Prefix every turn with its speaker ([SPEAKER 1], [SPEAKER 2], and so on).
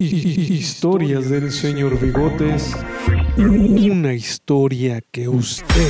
[SPEAKER 1] Historias del señor Bigotes. Una historia que usted